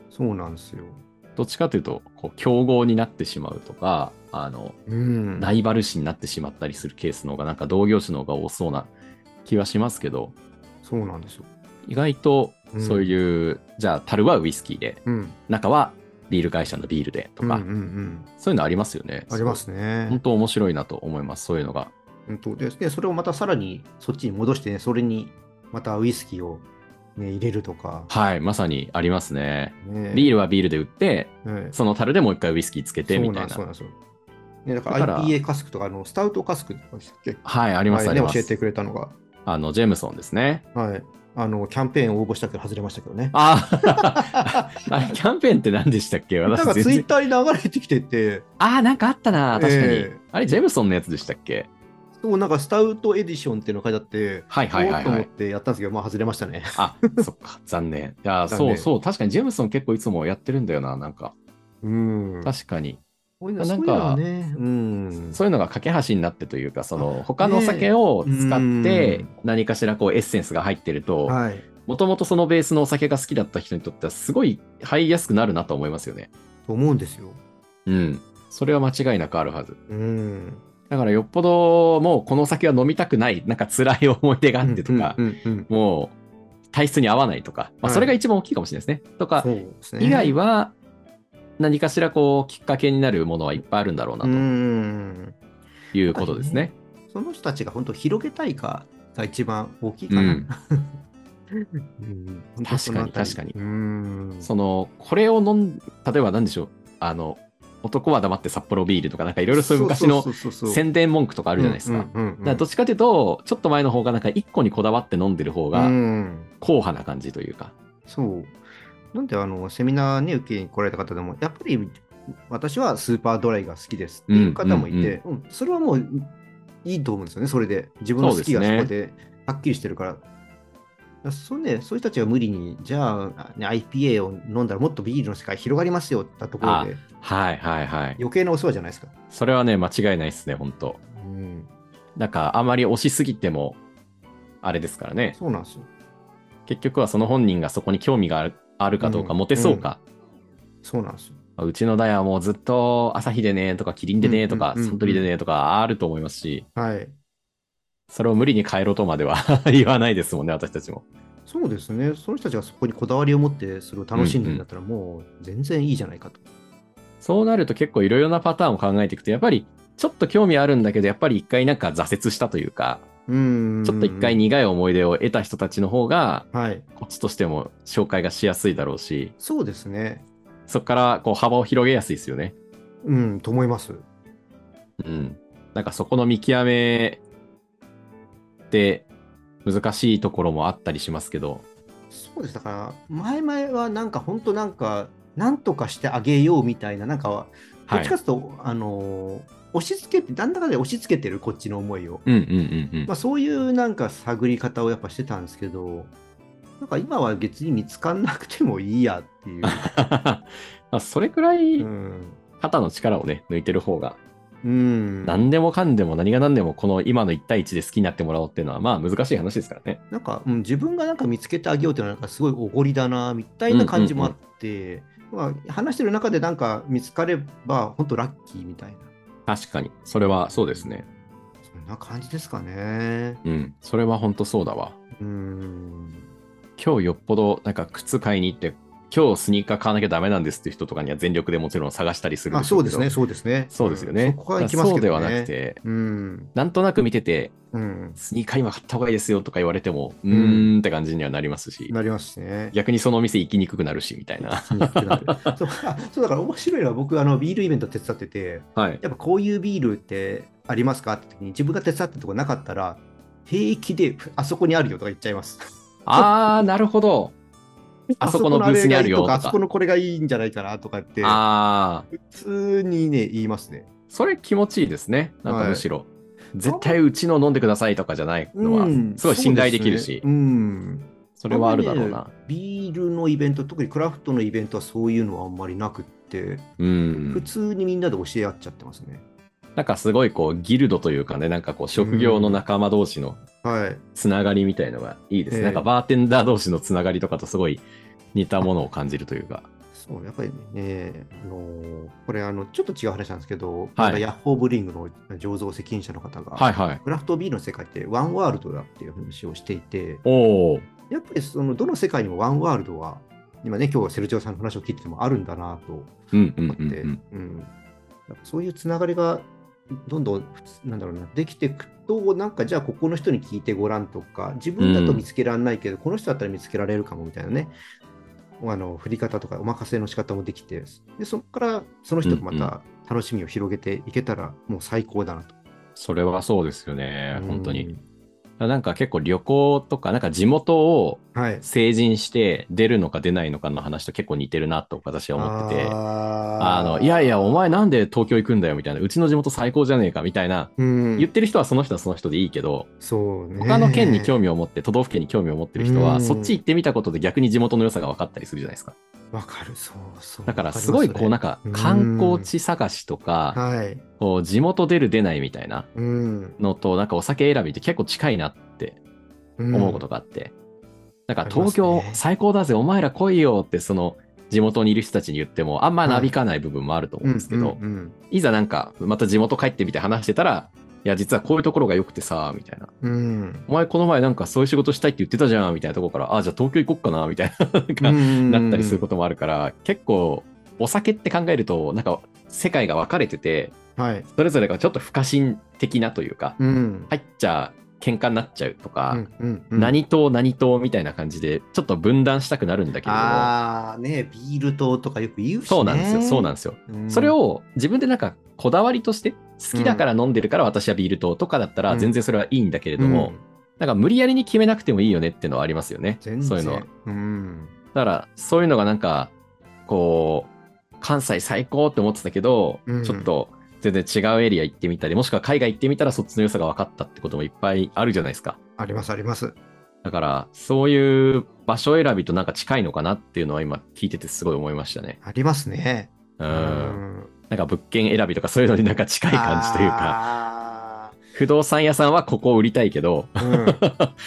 S2: そうなんですよ。
S1: どっちかというと、こう競合になってしまうとか、あの、
S2: うん、
S1: ライバル視になってしまったりするケースの方が、なんか同業種の方が多そうな気はしますけど、
S2: そうなんですよ。
S1: 意外と
S2: うん
S1: そういう、じゃあ、樽はウイスキーで、
S2: うん、
S1: 中はビール会社のビールでとか、
S2: うんうんうん、
S1: そういうのありますよね。
S2: あります
S1: すごい。本
S2: ね。
S1: 当面白いなと思います、そういうのが。
S2: 本当ですね。それをまたさらにそっちに戻してね、それにまたウイスキーを、ね、入れるとか。
S1: はい、まさにありますね。
S2: ね、
S1: ビー
S2: ル、
S1: ルはビールで売って、その樽でもう一回ウイスキーつけてみたいな
S2: そう。なんですよ。ね、だか
S1: だからら
S2: IPA カスクとかあのスタウトカスクでしたっけ
S1: はい、あります、あ
S2: はいね
S1: りま
S2: 教えて
S1: す。
S2: くれたのが、
S1: あの、ジェムソンですね。
S2: はい、あのキャンペーン応募したけど外れましたけどね。
S1: ああ、あれ、キャンペーン [laughs] って何でしたっけ
S2: なん
S1: 私
S2: か
S1: 全
S2: ツイッ
S1: 然。
S2: ターに流れてきてて、
S1: ああ、なんかあったな、確かに。
S2: ええ
S1: あれ、ジェムソンのやつでしたっけ
S2: そうなんかスタウトエディションっていうのが書いてあって、
S1: はいはいはい
S2: おーと
S1: は
S2: 思っ
S1: い。
S2: てやったんですけど、まあ外れましたね。
S1: あ、そっか、残念。いやー、
S2: 残
S1: そう
S2: 念
S1: そう、確かにジェムソン結構いつもやってるんだよな、なんか。
S2: うん。
S1: 確かに。
S2: こういうの
S1: な
S2: そ
S1: ん
S2: う
S1: か
S2: いうのはね、うん。
S1: そういうのが架け橋になってというか、その、他のお酒を使っ
S2: ねえう
S1: て
S2: ん、
S1: 何かしらこう、エッセンスが入ってると、
S2: はい。
S1: もともとそのベースのお酒が好きだった人にとっては、すごい入りやすくなるなと思いますよね。
S2: と思うんですよ。
S1: うん。それは間違いなくあるはず。
S2: うん。
S1: だからよっぽど、もうこの酒は飲みたくない、なんか辛い思い出があってとか、
S2: うんうんうん
S1: もう体質に合わないとか、ま
S2: は
S1: あ、
S2: い
S1: それが一番大きいかもしれないですね。とか
S2: そうですね。
S1: 以外
S2: は
S1: は何かしらこうきっかけになるものはいっぱいあるんだろうな
S2: うん。
S1: ということですね。
S2: その人たちが本当広げたいかが一番大きいかな。
S1: う
S2: うん [laughs] ん本当
S1: 確
S2: そ
S1: か
S2: の
S1: に
S2: あたり
S1: 確かに
S2: うん。
S1: そのこれを飲ん例えば何でしょうあの男は黙って札幌ビールとかなんかい
S2: い
S1: ろいろそういう昔の宣伝文句とかあ
S2: あ
S1: るじゃないですか。だか
S2: うんうんうん
S1: らどっちかというとちょっと前の方がなんか一個にこだわって飲んでる方
S2: う
S1: が
S2: ん
S1: 硬派な感じというか。
S2: そう。なんであのセミナーに受けに来られた方でも、やっぱり私はスーパードライが好きですっていう方もいて、うんそれはもういいと思うんですよね、それで。自分の好きが
S1: そう
S2: そ
S1: ですね
S2: こではっきりしてるから。そうね、そういう人たちが無理に、じゃあ、ね、IPA を飲んだらもっとビールの世界広がりますよって言ったところで、
S1: はいはいはい。
S2: 余計なお世話じゃないですか。
S1: それはね間違いないですね本当
S2: うん、
S1: なんかあまり押しすぎてもあれですからね。
S2: そうなんですよ。
S1: 結局はその本人がそこに興味があるあるかどうか、
S2: うん
S1: モテそうか、
S2: そうなんですよ。
S1: うちの代はもうずっと朝日でねとかキリンでねとか、
S2: うんうんうんうん
S1: サントリーでねとかあると思いますし、
S2: はい。
S1: それを無理に変えろとまでは [laughs] 言わないですもんね、私たちも。
S2: そうですね、その人たちがそこにこだわりを持って、それを楽しんでるんだったら、もう全然いいじゃないかと。
S1: そうなると結構いろいろなパターンを考えていくと、やっぱりちょっと興味あるんだけど、やっぱり一回なんか挫折したというか、
S2: うん
S1: ちょっと一回。苦い思い出を得た人たちの方が、
S2: はい。
S1: こっちとしても紹介がしやすいだろうし、
S2: そうですね。
S1: そこからこう幅を広げやすいですよね。
S2: うん、と思います。
S1: うん、なんかそこの見極めって難しいところもあったりしますけど、
S2: そうです。だから、前々はなんか、本当なんか、なんとかしてあげようみたいな、なんか、どっちかというと、あのー押し付けて、なんだかんだで押し付けてる、こっちの思いを。
S1: うんうんうんうん
S2: まあ、そういうなんか探り方をやっぱしてたんですけど、なんか今は別に見つかんなくてもいいやって [laughs] い
S1: [laughs]
S2: う。
S1: まあ、それくらい
S2: うん。
S1: 肩の力をね抜いてる方が
S2: うん、
S1: 何でもかんでも何が何でもこの今の1対1で好きになってもらおうっていうのはまあ難しい話ですからね。
S2: なんか、うん、自分がなんか見つけてあげようっていうのはなんかすごいおごりだなみたいな感じもあって、まあ、話してる中でなんか見つかれば本当ラッキーみたいな
S1: 確かにそれはそうですね。
S2: そんな感じですかね。
S1: うんそれは本当そうだわ。
S2: うーん
S1: 今日よっぽどなんか靴買いに行って今日スニーカー買わなきゃダメなんですっていう人とかには全力でもちろん探したりする
S2: あ
S1: でしょ
S2: そ
S1: け
S2: うで
S1: ど
S2: すね、そうですね。
S1: そうですよ
S2: ん
S1: ね。
S2: そこは行きます
S1: そう
S2: けど、ね、
S1: ではなく。て
S2: うん。
S1: なんとなく見てて、
S2: うん。
S1: スニーカー今買った方がいいですよとか言われても、う
S2: うん
S1: ーんって感じにはなりますし、
S2: なりますしね。
S1: 逆にそのお店行きにくくなるしみたいな。
S2: 気になるそうあそうだから面白いのは僕あのビールイベント手伝ってて
S1: はい。
S2: やっぱこういうビールってありますかって時に自分が手伝ったとこなかったら平気であそこにあるよとか言っちゃいます。
S1: あー、なるほど。 [laughs] あそこのブースにあるよとか
S2: あそこのこれがいいんじゃないかなとかって、
S1: あー、
S2: 普通にね、言いますね。
S1: それ気持ちいいですね。なんかむしろ。絶対うちの飲んでくださいとかじゃないのは、
S2: うん
S1: すごい信頼できるし、
S2: そうですねうん。
S1: それはあるだろうな。
S2: ビールのイベント、特にクラフトのイベントはそういうのはあんまりなくって、
S1: う
S2: 普
S1: ん。
S2: 通にみんなで教え合っちゃってますね。
S1: なんかすごいこう、ギルドというかね、なんかこう、職業の仲間同士の
S2: はい。
S1: つながりみたいのがいいですね。
S2: ええ
S1: なんかバーテンダー同士のつながりとかとすごい似たものを感じるというか。
S2: そう、やっぱりね、あのーこれあの、ちょっと違う話なんですけど、
S1: はい
S2: なんかヤッホーブリングの醸造責任者の方が、
S1: はいはい。
S2: クラフトビールの世界ってワンワールドだっていう話をしていて、
S1: おお。
S2: やっぱりそのどの世界にもワンワールドは、今ね、今日セルジオさんの話を聞いててもあるんだなと
S1: うんうん
S2: 思って、
S1: うんうん。
S2: うんやっぱそういうつながりがどんどん、普通なんだろうな、できていくと、なんかじゃあ、ここの人に聞いてごらんとか、自分だと見つけられないけど、この人だったら見つけられるかもみたいなね、あの振り方とか、お任せの仕方もできて、でそこからその人とまた楽しみを広げていけたら、もう最高だなと。
S1: それはそうですよね、本当
S2: う
S1: に。
S2: ん。
S1: なんか結構旅行とか、なんか地元を
S2: はい。
S1: 成人して出るのか出ないのかの話と結構似てるなと私は思ってて、あ
S2: あ
S1: の、
S2: ー
S1: いやいや、お前なんで東京行くんだよみたいな、うちの地元最高じゃねえかみたいな、
S2: うん、
S1: 言ってる人はその人はその人でいいけど、
S2: そうね。
S1: 他の県に興味を持って、都道府県に興味を持ってる人
S2: う
S1: は、
S2: ん
S1: そっち行ってみたことで逆に地元の良さが分かったりするじゃないですか。
S2: わかる、そうそう。
S1: だからすごいこうなんか
S2: かうん
S1: 観光地探しと
S2: り
S1: か、
S2: ますね、はい。
S1: こう地元出る出ないみたいな
S2: うん。
S1: のとなんかお酒選びって結構近いなって
S2: 思
S1: 思うことがあって、なんか
S2: ありま
S1: 東
S2: すね
S1: 京最高だぜ、お前ら来いよって、その地元にいる人たちに言っても、あんまなびかない部分もあると思うんですけど、
S2: うんうん
S1: いざなんか、また地元帰ってみて話してたら、いや、実はこういうところが良くてさ、みたいな。
S2: うんうん
S1: お前この前なんかそういう仕事したいって言ってたじゃん、みたいなところから、あ、じゃあ東京行こっかな、みたいな、なんか、[laughs]
S2: な
S1: なったりする
S2: こ
S1: こともあるから、結構、お酒って考えると、なんか、世界が分かれてて、
S2: と。はい。
S1: それぞれがちょっと不可侵的なというか、
S2: うん。
S1: 入っちゃ喧嘩になっちゃうとか、
S2: うんうんうん
S1: 何党何党みたいな感じで、ちょっと分断したくなるんだけれども、
S2: ああ、ね、ビール糖とかよく言うし、ね。
S1: そうなんですよ、そうなんですよ。
S2: うん
S1: それ、を自分でなんかこだわりとして好きだから飲んでるから私はビール糖とかだったら
S2: うん
S1: 全然それはいいんだけれ
S2: う
S1: ど
S2: ん
S1: も、なんか無理やりに決めなくてもいいよねっていうのはありますよね
S2: 全然
S1: そういうのはだ
S2: うん。
S1: からそういうのがなんかこう関西最高って思ってたけど、
S2: うん
S1: ちょっと全然違うエリア行ってみたりもしくは海外行ってみたらそっちの良さが分かったってこともいっぱいあるじゃないですか
S2: あります、あります。
S1: だからそういう場所選びとなんか近いのかなっていうのは今聞いててすごい思いましたね
S2: ありますね。
S1: う、
S2: うん
S1: なんか物件選びとかそういうのになんか近い感じというか
S2: か。
S1: 不動産屋さんはここを売りたいけど、 [laughs]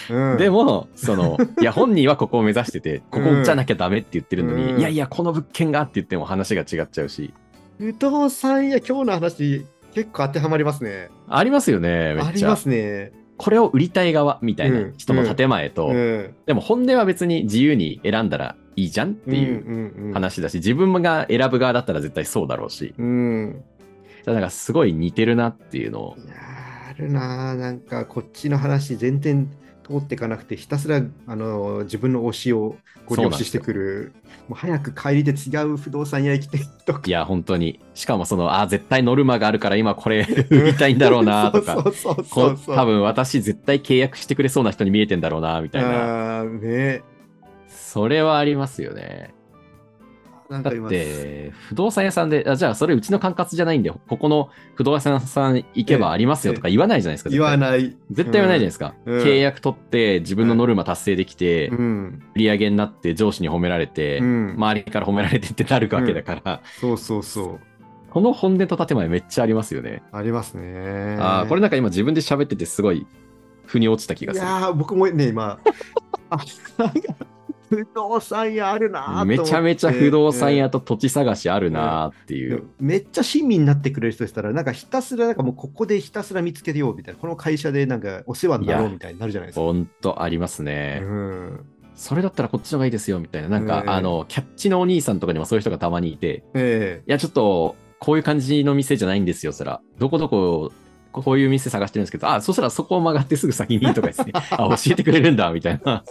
S2: うんうん、
S1: でも、そ
S2: [laughs]
S1: の、いや、本人はここを目指してて、ここ売っちゃなきゃダメって言ってるのに、
S2: うん
S1: いやいや、この物件がって言っても話が違っちゃうし、
S2: 不動産や今日の話結構当てはまりますね。
S1: ありますよね、め
S2: あ
S1: っ
S2: り
S1: ちゃ
S2: ま。すね。
S1: これを売りたい側みたいうなん人の建前と、
S2: うん。
S1: でも本音は別に自由に選んだらいいじゃんっていう
S2: うんうんうん、
S1: 話だし、自分が選ぶ側だったら絶対そうだろうし、
S2: うん。
S1: だからなんかすごい似てるなっていうのを、
S2: いやーあるなーなんかこっちの話全然通っていかなくてひたすらあのー自分の推しをご利用ししてくるもう早く帰りで違う不動産屋行きたいとか
S1: いや、本当に、しかもその、あー、絶対ノルマがあるから今これ [laughs] 売りたいんだろうなとか。
S2: [laughs] そうそうそ
S1: こ
S2: うそう
S1: 多分私絶対契約してくれそうな人に見えてんだろうなみたいな
S2: あーね
S1: それはありますよね
S2: なん
S1: だ
S2: か今
S1: って不動産屋さんであじゃあそれうちの管轄じゃないんでここの不動産屋さん行けばありますよとか言わないじゃないですか
S2: 言わ
S1: い
S2: ない
S1: 絶対言わないじゃないですか、
S2: うんうん
S1: 契約取って自分のノルマ達成できて、
S2: うん
S1: 売り上げになって上司に褒められて、
S2: うん
S1: 周りから褒められてってなるわけだから、
S2: そうそうそう
S1: この本音と建前めっちゃありますよね、
S2: ありますね
S1: ああこれなんか今自分で喋っててすごい腑に落ちた気が
S2: い
S1: する
S2: やー僕もね今 [laughs] あなんか不動産屋あるなーと思って
S1: めちゃめちゃ不動産屋と土地探しあるなーってい、
S2: いうやめっちゃ親身になってくれる人でしたら、なんかひたすら、なんかもうここでひたすら見つけてようみたいな、この会社でなんかお世話になろうみたいになるじゃないですか。
S1: ほんとあります
S2: う
S1: ね、
S2: ん、
S1: それだったらこっちの方がいいですよみたいななんか、
S2: うん
S1: あのキャッチのお兄さんとかにもそういう人がたまにいて
S2: え
S1: いやちょっとこういう感じの店じゃないんですよそらどこどここういう店探してるんですけどあそしたらそこを曲がってすぐ先にとかです
S2: [laughs]
S1: ねあ教えてくれるんだみたいな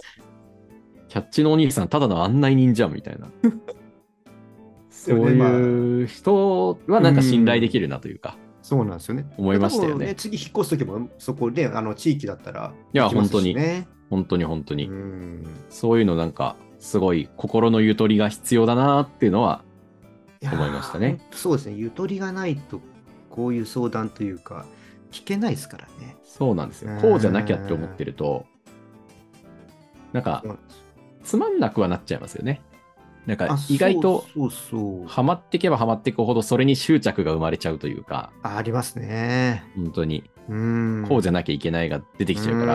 S1: キャッチのお兄さんただの案内人じゃんみたいな
S2: え
S1: そういう人はなんか信頼できるなというか、
S2: そうなんですよね。
S1: 思いましたよ
S2: 多分
S1: ね
S2: 次引っ越すときも、そこで、あの地域だったら、
S1: いや
S2: できますしね
S1: 本当に本当に、
S2: うん
S1: そういうのなんか、すごい心のゆとりが必要だなっていうのは、
S2: やー
S1: 思いましたね。
S2: そうですね、ゆとりがないと、こういう相談というか、聞けないですからね。
S1: そうなんですよ
S2: う。ん
S1: こうじゃなきゃって思ってると、なんか
S2: そう、なんですよ
S1: つまんなくはなっちゃいますよね。なんか
S2: あ、
S1: 意外と、
S2: そうそうそう
S1: ハマっていけばハマっていくほど、それに執着が生まれちゃうというか、
S2: あありますね。
S1: 本当に、
S2: うん、
S1: こう
S2: じ
S1: じゃなきゃいけないが出て
S2: ゃ
S1: きちゃうか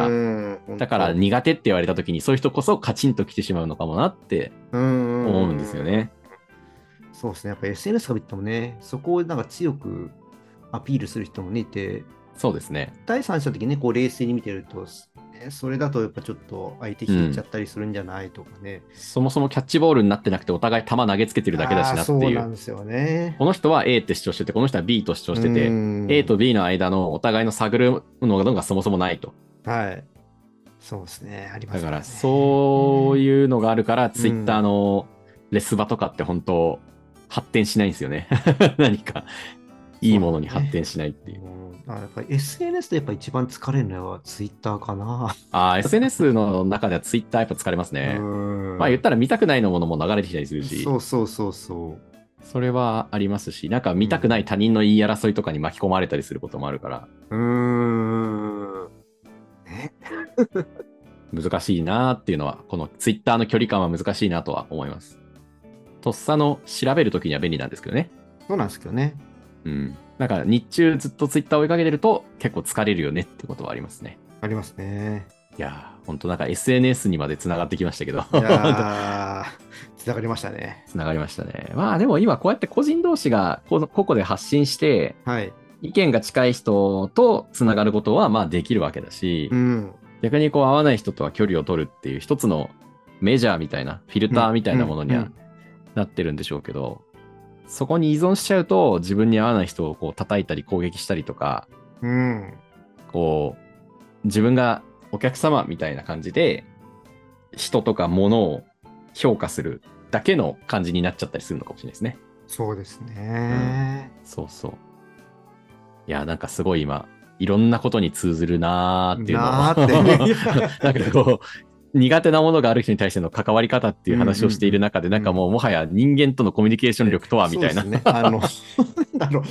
S1: ら、だから苦手って言われた時に、そういう人こそカチンと来てしまうのかもなって
S2: 思
S1: 思うんですよね。
S2: そうですね、やっぱ SNS とか言ってもね、そこをなんか強くアピールする人もねいて、
S1: そうですね。
S2: 第三者的にね、こう冷静に見てると、ねそれだとやっぱちょっと相手引いちゃったりするんじゃないとかね。
S1: そもそもキャッチボールになってなくて、お互い球投げつけてるだけだしなって
S2: あーそう
S1: い
S2: なんですよね。
S1: この人は A って主張してて、この人は B と主張して
S2: う
S1: て、
S2: ん
S1: A と B の間のお互いの探るのがそもそもないと。
S2: はい。そうですね、あります
S1: だ
S2: ね
S1: から、そう
S2: うん
S1: いうのがあるから、ツイッターのレス場とかって本当、発展しないんですよね。 [laughs] 何か、いいものに発展しないっていう。
S2: うんあやっぱり SNS でやっぱ一番疲れるのはツイッターかな。
S1: ああ、SNS の中ではツイッターやっぱ疲れますね。
S2: うん
S1: まあ言ったら見たくないのものも流れてきたりするし
S2: そ、うそうそうそう。
S1: それはありますし、なんか見たくない他人の言い争いとかに巻き込まれたりすることもあるから、
S2: うーん。ね、
S1: 難しいなーっていうのは、このツイッターの距離感は難しいなとは思います。とっさの調べるときには便利なんですけどね。
S2: そうなんですけどね。
S1: うん。なんか日中ずっとツイッターを追いかけてると結構疲れるよねってことはありますね。 [laughs]
S2: ありますね。
S1: いやー、本当なんか SNS にまでつながってきましたけど。
S2: い
S1: [laughs]
S2: やつながりましたね。
S1: つながりましたね。まあでも今こうやって個人同士がこの個々で発信して、
S2: はい。
S1: 意見が近い人とつながることはまあできるわけだし、
S2: うん。
S1: 逆にこう合わない人とは距離を取るっていう一つのメジャーみたいな、フィルターみたいなものに
S2: うんう
S1: は
S2: ん
S1: なってるんでしょうけど、そこに依存しちゃうと自分に合わない人をこう叩いたり攻撃したりとか、
S2: うん。
S1: こう、自分がお客様みたいな感じで、人とか物を評価するだけの感じになっちゃったりするのかもしれないですね。
S2: そうですね。
S1: そうそう。いや、なんかすごい今、いろんなことに通ずるなーっていうのを
S2: なーってね
S1: [laughs] なんかこう、苦手なものがある人に対しての関わり方っていう話をしている中で、
S2: んうんうん
S1: なんかもうもはや人間とのコミュニケーション力とはみたいな、
S2: そうですね。あの、 [laughs] なんだろう。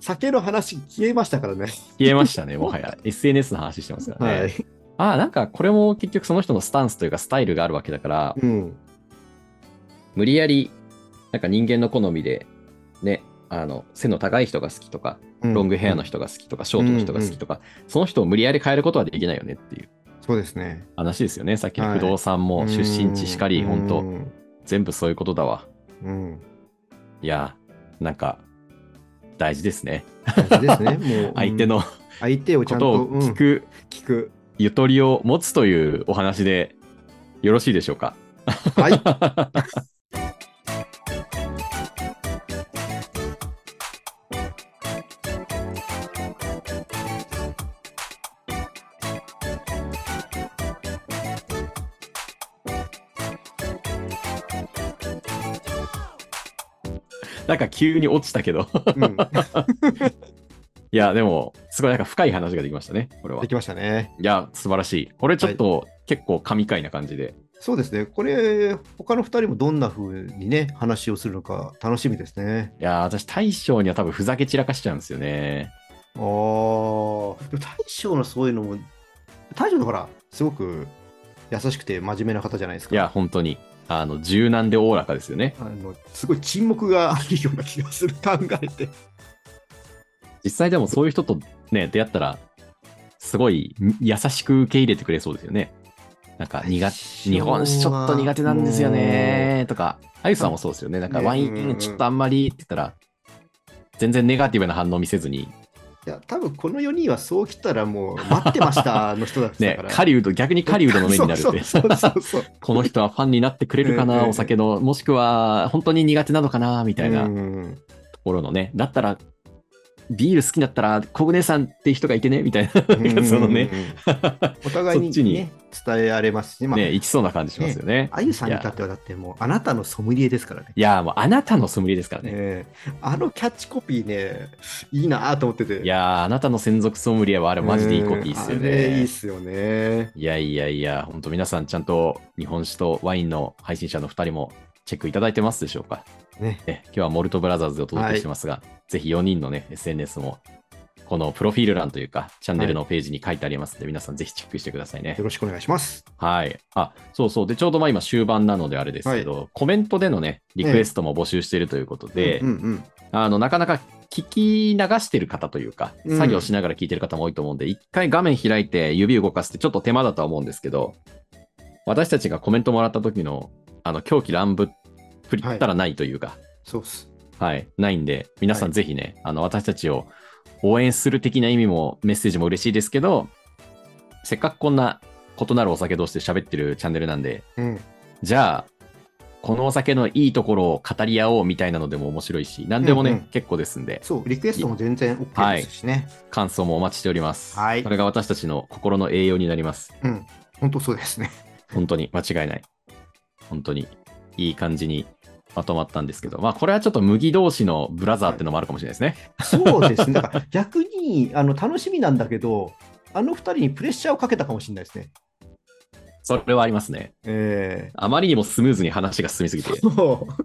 S2: 酒の話消えましたからね。
S1: 消えましたね、もはや。SNS [laughs] の話してますからね。
S2: はい。
S1: ああ、なんかこれも結局その人のスタンスというかスタイルがあるわけだから、
S2: うん。
S1: 無理やり、なんか人間の好みで、ね、あの、背の高い人が好きとか、ロングヘアの人が好きとか、ショートの人が好きとか、その人を無理やり変えることはできないよねっていう
S2: そうですね。
S1: 話ですよね。さっきの
S2: はい
S1: 不動産も出身地しかり、本
S2: う
S1: 当
S2: ん
S1: 全部そういうことだわ。
S2: うん。
S1: いや、なんか、大事ですね。
S2: 大事ですね。も
S1: [laughs]
S2: う。
S1: 相手の
S2: うん。相手をち
S1: こ
S2: ゃん
S1: と
S2: と
S1: を聞く、
S2: うん聞く。
S1: ゆとりを持つというお話でよろしいでしょうか。
S2: はい。
S1: なんか急に落ちたけど。 [laughs]
S2: うん
S1: いや、でも、すごいなんか深い話ができましたね、これは。
S2: で
S1: い
S2: きましたね。
S1: や、素晴らしい。これちょっと結構神回な感じで。
S2: そうですね。これ、他の2人もどんな風にね、話をするのか楽しみですね。
S1: いやー、私、大将には多分ふざけ散らかしちゃうんですよね。
S2: ああ、でも大将のそういうのも、大将のほら、すごく優しくて真面目な方じゃないですか。
S1: いや、本当に。あの、柔軟でおおらかですよね。
S2: あのすごい沈黙があるような気がする、考えて。
S1: 実際でもそういう人とね、出会ったら、すごい優しく受け入れてくれそうですよね。なんか苦手、日本酒ちょっと苦手なんですよねとか、あゆさんもそうですよね。なんか
S2: ね
S1: ワイ
S2: うんう
S1: ン
S2: ん
S1: ちょっとあんまりって言ったら、全然ネガティブな反応見せずに、
S2: いや、多分この4人はそう来たらもう、待ってましたの人だった
S1: [laughs] ね
S2: から。、
S1: 狩人、逆に狩人の目になるっ
S2: [laughs] そう
S1: て。
S2: そうそうそう。
S1: [laughs] この人はファンになってくれるか
S2: うんうん
S1: な、
S2: うん
S1: お酒の、もしくは本当に苦手なのかな、みたいな
S2: う
S1: と
S2: ん
S1: ころのね、だったら、ビール好きだったら、コグネさんって人がいてね、みたいな、なんか [laughs] そのね、。
S2: うん [laughs] お互いに,、ね、
S1: そっちに
S2: 伝えられます
S1: [laughs]
S2: し、まあ、
S1: ね、いきそうな感じしますよね。
S2: あゆさんに至ってはだってもう、あなたのソムリエですからね。
S1: いやー、もうあなたのソムリエですからね。
S2: ねえあのキャッチコピーね、いいなと思ってて。
S1: いやー、あなたの専属ソムリエはあれ、マジでいいコピーっすよ
S2: うんあれいい
S1: ね
S2: っ。すよね。
S1: いやいやいや、本当皆さん、ちゃんと日本酒とワインの配信者の2人もチェックいただいてますでしょうか。
S2: ね
S1: ね今日はモルトブラザーズでお届けしてますが、ぜひ4人のね、SNS も、このプロフィール欄というか、チャンネルのページに書いてありますので、皆さんぜひチェックしてくださいね
S2: よ。ろしくお願いします。
S1: はい。あ、そうそう。で、ちょうどまあ今終盤なのであれですけど、コメントでのね、リクエストも募集しているということで、
S2: うんうん
S1: あの、なかなか聞き流してる方というか、
S2: うん
S1: 作業しながら聞いてる方も多いと思うんで、一回画面開いて指動かすってちょっと手間だとは思うんですけど、私たちがコメントもらった時の、あの、狂気乱舞、振りったらないというか、
S2: そうっす。
S1: はい、ないんで、皆さん
S2: はい
S1: ぜひね、あの、私たちを応援する的な意味も、メッセージも嬉しいですけど、せっかくこんな異なるお酒同士で喋ってるチャンネルなんで、
S2: うん。
S1: じゃあ、このお酒のいいところを語り合おうみたいなのでも面白いし、何でもね、
S2: うんうん
S1: 結構ですんで、
S2: そう、リクエストも全然 OK ですしね。
S1: 感想もお待ちしております。
S2: はい
S1: それが私たちの心の栄養になります。
S2: うん。本当そうです
S1: [laughs]
S2: ね。
S1: 本当に間違いない。本当にいい感じにまとまったんですけど、まあこれはちょっと麦同士のブラザーってのもあるかもしれないですね。
S2: そうですね。だから逆にあの楽しみなんだけど、あの2人にプレッシャーをかけたかもしれないですね。
S1: それはありますね。
S2: え
S1: あまりにもスムーズに話が進みすぎて [laughs]
S2: え、そう。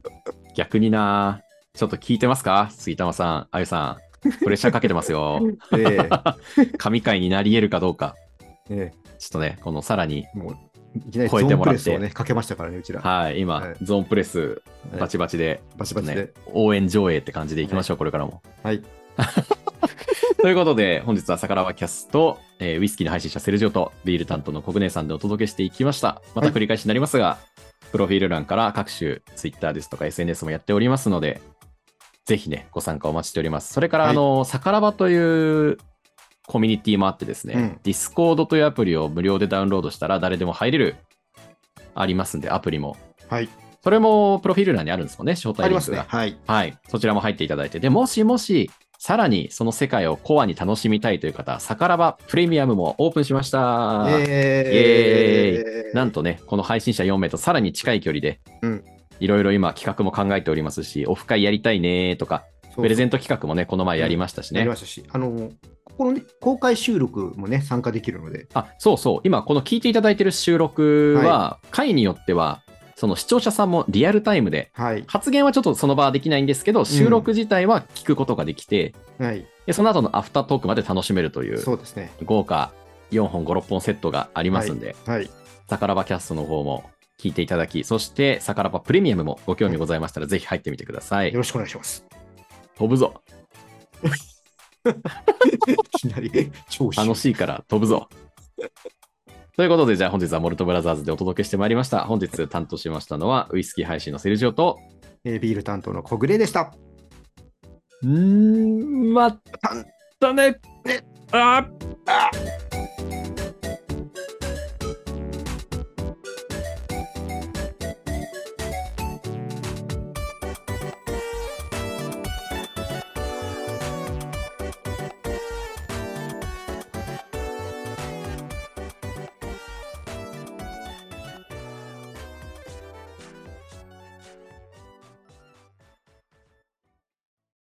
S1: 逆になちょっと聞いてますか杉玉さん、あゆさん。プレッシャーかけてますよ。
S2: ええ
S1: 神回になり得るかどうか。
S2: え
S1: ちょっとね、このさらに、
S2: えもう、いきなりゾ
S1: 超えて
S2: ーン
S1: も
S2: プ
S1: らっ
S2: レ
S1: て
S2: スをね、かけましたからね、うちら。
S1: はい、今、
S2: はい
S1: ゾーンプレス、バチバチで、
S2: バチバチで
S1: ちょっとね、応援上映って感じでいきましょう、これからも。
S2: はい。
S1: ということで、本日はからわキャスト、えーウイスキーの配信者セルジオとビール担当のコグネさんでお届けしていきました。また繰り返しになりますが、 [laughs] プロフィール欄から各種 Twitter ですとか SNS もやっておりますので、ぜひね、ご参加お待ちしております。それから、
S2: はい
S1: あの、さからばというコミュニティもあってですね、
S2: うん
S1: ディスコードというアプリを無料でダウンロードしたら誰でも入れる、ありますんで、アプリも。
S2: はい。
S1: それもプロフィール欄にあるんですもんね、招
S2: あ
S1: 待
S2: り
S1: リ
S2: ま
S1: ンク
S2: す
S1: が。
S2: ね。はい。
S1: はい、そちらも入っていただいて、でもしもし、さらにその世界をコアに楽しみたいという方、さからばプレミアムもオープンしました。
S2: え
S1: なんとね、この配信者4名とさらに近い距離で
S2: うん、
S1: いろいろ今、企画も考えておりますし、オフ会やりたいねとか、プレゼ
S2: ン
S1: ント企画もね、この前やりましたし
S2: やり
S1: ね
S2: ま。したし、あの、ここのね、公開収録もね、参加できるので、
S1: あそうそう、今、この聞いていただいてる収録は、回によっては、その視聴者さんもリアルタイムで、
S2: はい。
S1: 発言はちょっとその場はできないんですけど、収録自体は聞くことができて、
S2: はい。
S1: でその後のアフタートークまで楽しめるという
S2: そうですね。
S1: 豪華4本56本セットがありますんで、
S2: はい。
S1: さからばキャストの方も聞いていただきそしてさからばプレミアムもご興味ございましたらぜひ入ってみてください
S2: よろしくお願いします。 [laughs]
S1: 飛ぶぞ
S2: いきなり、超
S1: 楽しいから飛ぶぞ [laughs] ということでじゃあ本日はモルトブラザーズでお届けしてまいりました本日担当しましたのはウイスキー配信のセルジオと
S2: えービール担当の小暮でした。
S1: んーまたねあー